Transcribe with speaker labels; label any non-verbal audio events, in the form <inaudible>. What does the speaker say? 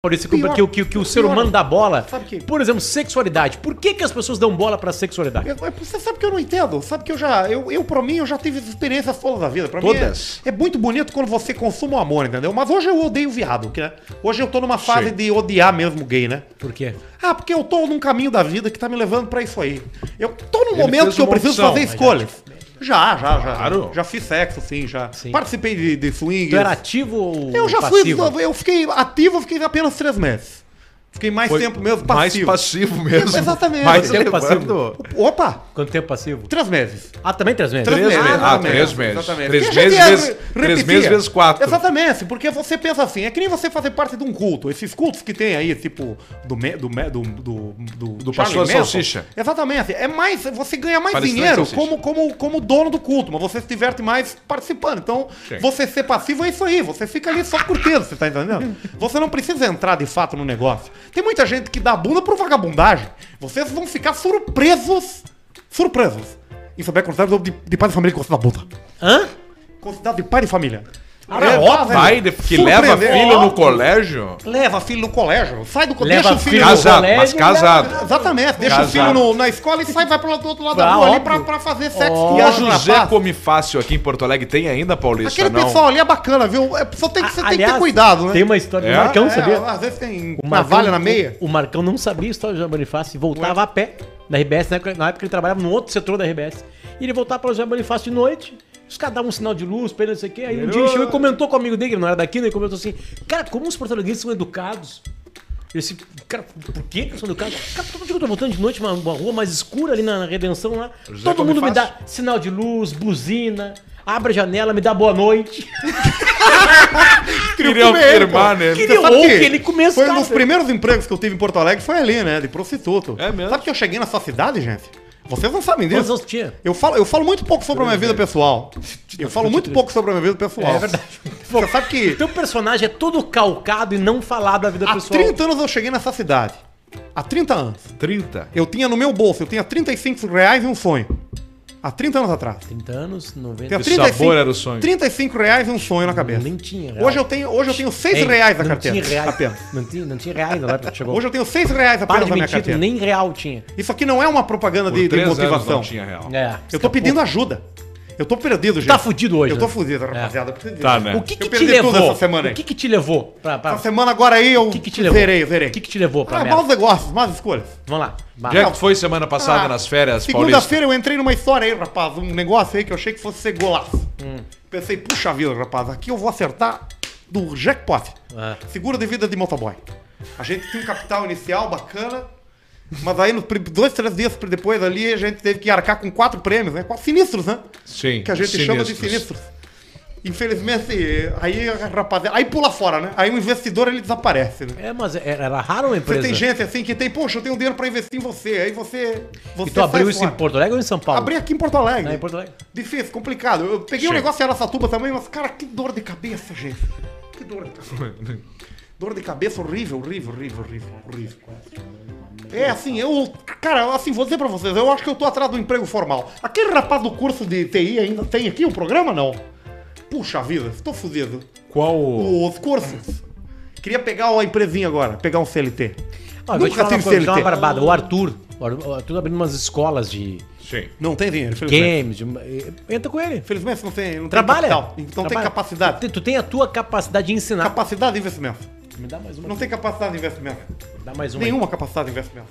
Speaker 1: Maurício Cooper,
Speaker 2: Pior-
Speaker 1: que, o- que, o- que o ser
Speaker 2: pior-
Speaker 1: humano dá bola.
Speaker 2: Sabe que-
Speaker 1: Por exemplo, sexualidade. Por que, que as pessoas dão bola pra sexualidade?
Speaker 2: Eu- eu- Você sabe que eu não entendo? Sabe que eu já. Eu, eu pra mim, eu já tive essas experiências todas da vida. Pra
Speaker 3: Todas?
Speaker 2: Mim é- é, muito bonito quando você consuma o amor, entendeu? Mas hoje eu odeio viado, que, né? Hoje eu tô numa fase
Speaker 3: Sim.
Speaker 2: de odiar mesmo gay, né?
Speaker 1: Por quê?
Speaker 2: Ah, porque eu tô num caminho da vida que tá me levando pra isso aí. Eu tô num
Speaker 3: Ele
Speaker 2: momento
Speaker 3: fez
Speaker 2: que eu
Speaker 3: uma
Speaker 2: preciso
Speaker 3: opção,
Speaker 2: fazer
Speaker 3: mas
Speaker 2: escolhas. Já, já, já.
Speaker 3: Claro.
Speaker 2: Já fiz sexo, sim, já.
Speaker 1: Sim.
Speaker 2: Participei de, de swing.
Speaker 1: Tu era ativo ou
Speaker 2: Eu já
Speaker 1: passivo?
Speaker 2: fui. Eu fiquei ativo, eu fiquei apenas três meses. Fiquei mais
Speaker 3: Foi
Speaker 2: tempo mesmo
Speaker 3: Mais <laughs> passivo mesmo.
Speaker 2: Exatamente.
Speaker 3: Mais
Speaker 1: Tempo
Speaker 3: tempo passivo.
Speaker 1: passivo.
Speaker 2: Opa!
Speaker 1: Quanto tempo passivo?
Speaker 2: Três meses.
Speaker 1: Ah, também três meses?
Speaker 3: Três meses.
Speaker 2: não,
Speaker 3: Ah,
Speaker 2: não,
Speaker 3: três
Speaker 2: não,
Speaker 3: meses.
Speaker 2: exatamente.
Speaker 3: Três
Speaker 2: Porque a
Speaker 3: meses
Speaker 2: gente
Speaker 3: vezes-
Speaker 2: re-
Speaker 3: três
Speaker 2: repetia.
Speaker 3: meses vezes quatro.
Speaker 2: Exatamente, porque você pensa assim, é que nem você fazer parte de um culto. Esses cultos que tem aí, tipo, do... Me, do, me- do, do, do,
Speaker 3: Do
Speaker 2: Charlie
Speaker 3: pastor
Speaker 2: Manson.
Speaker 3: Salsicha.
Speaker 2: Exatamente. É mais, você ganha mais
Speaker 3: Palestrante
Speaker 2: dinheiro
Speaker 3: Salsicha.
Speaker 2: como, como, como dono do culto, mas você se diverte mais participando. Então,
Speaker 3: Sim.
Speaker 2: você ser passivo é isso aí, você fica ali só curtindo, você tá entendendo? Você não precisa entrar de fato no negócio. Tem muita gente que dá bunda por vagabundagem. Vocês vão ficar surpresos, surpresos. Em saber considerado de, de pai de família que você dá bunda
Speaker 1: Hã?
Speaker 2: considerado de pai de família.
Speaker 1: Cara,
Speaker 2: É,
Speaker 1: ó,
Speaker 2: tá, velho.
Speaker 3: Pai de- que leva
Speaker 2: Surpreendeu.
Speaker 3: filho no
Speaker 2: Ó,
Speaker 3: colégio.
Speaker 2: Leva filho no colégio. Sai do colégio.
Speaker 1: Leva
Speaker 2: Deixa o
Speaker 1: filho
Speaker 2: filho.
Speaker 1: no
Speaker 3: Casado,
Speaker 1: colégio,
Speaker 3: mas casado.
Speaker 1: leva-
Speaker 2: Exatamente, deixa
Speaker 3: Casado.
Speaker 2: o filho no- na escola e sai vai pro outro lado
Speaker 1: Tá,
Speaker 2: da rua ali
Speaker 1: óbvio.
Speaker 2: pra, pra fazer sexo
Speaker 1: Ó.
Speaker 2: com
Speaker 3: E a
Speaker 2: outro
Speaker 3: José
Speaker 2: rapaz.
Speaker 3: Come Fácil aqui em Porto Alegre tem ainda, Paulista?
Speaker 2: Aquele
Speaker 3: não.
Speaker 2: pessoal ali é bacana, viu? É, só tem que, você tem que ter
Speaker 1: aliás,
Speaker 2: cuidado, né?
Speaker 1: Tem uma história
Speaker 3: É?
Speaker 1: do Marcão, sabia?
Speaker 2: Às vezes tem
Speaker 1: O
Speaker 2: uma
Speaker 1: Marcão-
Speaker 2: navalha na meia.
Speaker 3: um
Speaker 1: O, o Marcão não sabia a história do Jean Bonifácio e voltava a pé da RBS. Na época, né, na época ele trabalhava no outro setor da RBS. E ele voltava para o Jean Bonifácio de noite. Os caras davam um sinal de luz pra ele, não sei o quê. Aí um dia ele chegou e comentou com o amigo dele, que não era daqui, né? Ele comentou assim: Cara, como os portugueses são educados? Eu disse, cara, por que que eles são educados? Cara, todo dia que eu tô voltando de noite, uma, uma rua mais escura ali na, na Redenção lá.
Speaker 3: José
Speaker 1: todo
Speaker 3: Bonifácio.
Speaker 1: mundo me dá sinal de luz, buzina, abre a janela, me dá boa noite.
Speaker 3: Queria
Speaker 2: comer,
Speaker 3: afirmar, né?
Speaker 1: Queria-
Speaker 2: Você sabe
Speaker 1: ou que ele comesse,
Speaker 2: um Foi
Speaker 1: cara.
Speaker 2: um dos primeiros empregos que eu tive em Porto Alegre, foi ali, né? De prostituto.
Speaker 3: É mesmo?
Speaker 2: Sabe que eu cheguei nessa cidade, gente? Vocês não sabem disso.
Speaker 1: Quantos anos tinha?
Speaker 2: Eu falo, eu falo muito pouco sobre a minha vida pessoal. Eu falo muito pouco sobre a minha vida pessoal.
Speaker 1: É verdade.
Speaker 2: <laughs> Você sabe que
Speaker 1: Teu personagem é todo calcado e não falado da vida
Speaker 2: há
Speaker 1: Então, pessoal.
Speaker 2: 30 anos eu cheguei nessa cidade. Há 30 anos.
Speaker 3: 30.
Speaker 2: Eu tinha no meu bolso, eu tinha 35 reais e um sonho. Há 30 anos atrás.
Speaker 1: 30 anos, 90.
Speaker 2: Tinha
Speaker 3: Que sabor era o sonho?
Speaker 2: 35 reais e um sonho na cabeça.
Speaker 1: Nem tinha real.
Speaker 2: Hoje eu tenho, hoje eu tenho 6
Speaker 1: Ei,
Speaker 2: reais na
Speaker 1: não
Speaker 2: carteira.
Speaker 1: Tinha reais,
Speaker 2: Apenas.
Speaker 1: Não, tinha, não tinha reais na época que chegou.
Speaker 2: Hoje eu tenho 6 reais
Speaker 1: Para
Speaker 2: apenas
Speaker 1: de
Speaker 2: na minha
Speaker 1: mentir, tu
Speaker 2: carteira.
Speaker 1: nem real tinha.
Speaker 2: Isso aqui não é uma propaganda de, de
Speaker 3: três anos
Speaker 2: motivação.
Speaker 3: não tinha real.
Speaker 1: É.
Speaker 2: Eu tô pedindo ajuda. Eu tô perdido, gente.
Speaker 1: Tá fudido hoje,
Speaker 2: Eu tô
Speaker 1: né?
Speaker 2: fudido, rapaziada. Eu preciso de-
Speaker 3: Tá, né?
Speaker 1: O que
Speaker 2: Eu
Speaker 1: que te
Speaker 2: perdi tudo
Speaker 1: levou?
Speaker 2: essa semana
Speaker 1: o
Speaker 2: aí.
Speaker 1: que que te levou pra... pra-
Speaker 2: Essa semana agora aí eu
Speaker 1: O que que te levou?
Speaker 2: zerei, zerei.
Speaker 1: O que que te levou pra
Speaker 2: Ah,
Speaker 1: merda?
Speaker 2: maus negócios, más escolhas.
Speaker 1: Vamos lá. Vai.
Speaker 3: Já que tu foi semana passada
Speaker 1: Ah.
Speaker 3: nas férias, Paulista?
Speaker 2: Ah, Segunda-feira eu entrei numa história aí, rapaz, um negócio aí que eu achei que fosse ser golaço.
Speaker 1: Hum.
Speaker 2: Pensei, puxa vida, rapaz, aqui eu vou acertar do jackpot.
Speaker 1: Ah.
Speaker 2: Seguro de vida de motoboy. A gente tinha um capital inicial bacana, mas aí nos prim- dois, três dias depois ali a gente teve que arcar com quatro prêmios, né? Quatro sinistros, né?
Speaker 3: Sim,
Speaker 2: Que a gente chama de sinistros.
Speaker 3: sinistros.
Speaker 2: Infelizmente, aí, rapaziada, aí pula fora, né? Aí o investidor ele desaparece, né?
Speaker 1: É, mas era era raro uma
Speaker 2: Você
Speaker 1: empresa.
Speaker 2: tem gente assim que tem, poxa, eu tenho dinheiro pra investir em você. Aí você. você
Speaker 1: e tu Então, abriu
Speaker 2: sai
Speaker 1: isso
Speaker 2: fora.
Speaker 1: em Porto Alegre ou em São Paulo?
Speaker 2: Abri aqui em Porto Alegre.
Speaker 1: Ah, em Porto Alegre.
Speaker 2: Difícil, complicado. Eu peguei um
Speaker 3: Sim.
Speaker 2: negócio em Araçatuba também, mas, cara, que dor de cabeça, gente. Que dor de cabeça. dor de cabeça horrível, horrível, horrível, horrível, horrível. É assim, eu. Cara, assim, vou dizer pra vocês, eu acho que eu tô atrás do emprego formal. Aquele rapaz do curso de TI ainda tem aqui o programa, não? Puxa vida, tô fudido.
Speaker 3: Qual o...
Speaker 2: Os cursos. Queria pegar uma empresinha agora, pegar um CLT.
Speaker 1: Ó, Ah, eu vou te falar uma
Speaker 2: tive
Speaker 1: coisa, te dar uma barbada. O Arthur, o Ar- o Arthur tá abrindo umas escolas de
Speaker 3: Sim.
Speaker 2: Não tem dinheiro, infelizmente.
Speaker 1: games. de- Entra com ele.
Speaker 2: Infelizmente não tem, não
Speaker 1: Trabalha.
Speaker 2: tem capital. Não tem
Speaker 1: Trabalha. Tu
Speaker 2: capacidade.
Speaker 1: tem- Tu tem a tua capacidade de ensinar.
Speaker 2: Capacidade de investimento.
Speaker 1: Me dá mais uma.
Speaker 2: Não tem capacidade de investimento.
Speaker 1: Dá mais uma. aí.
Speaker 2: Nenhuma capacidade de investimento.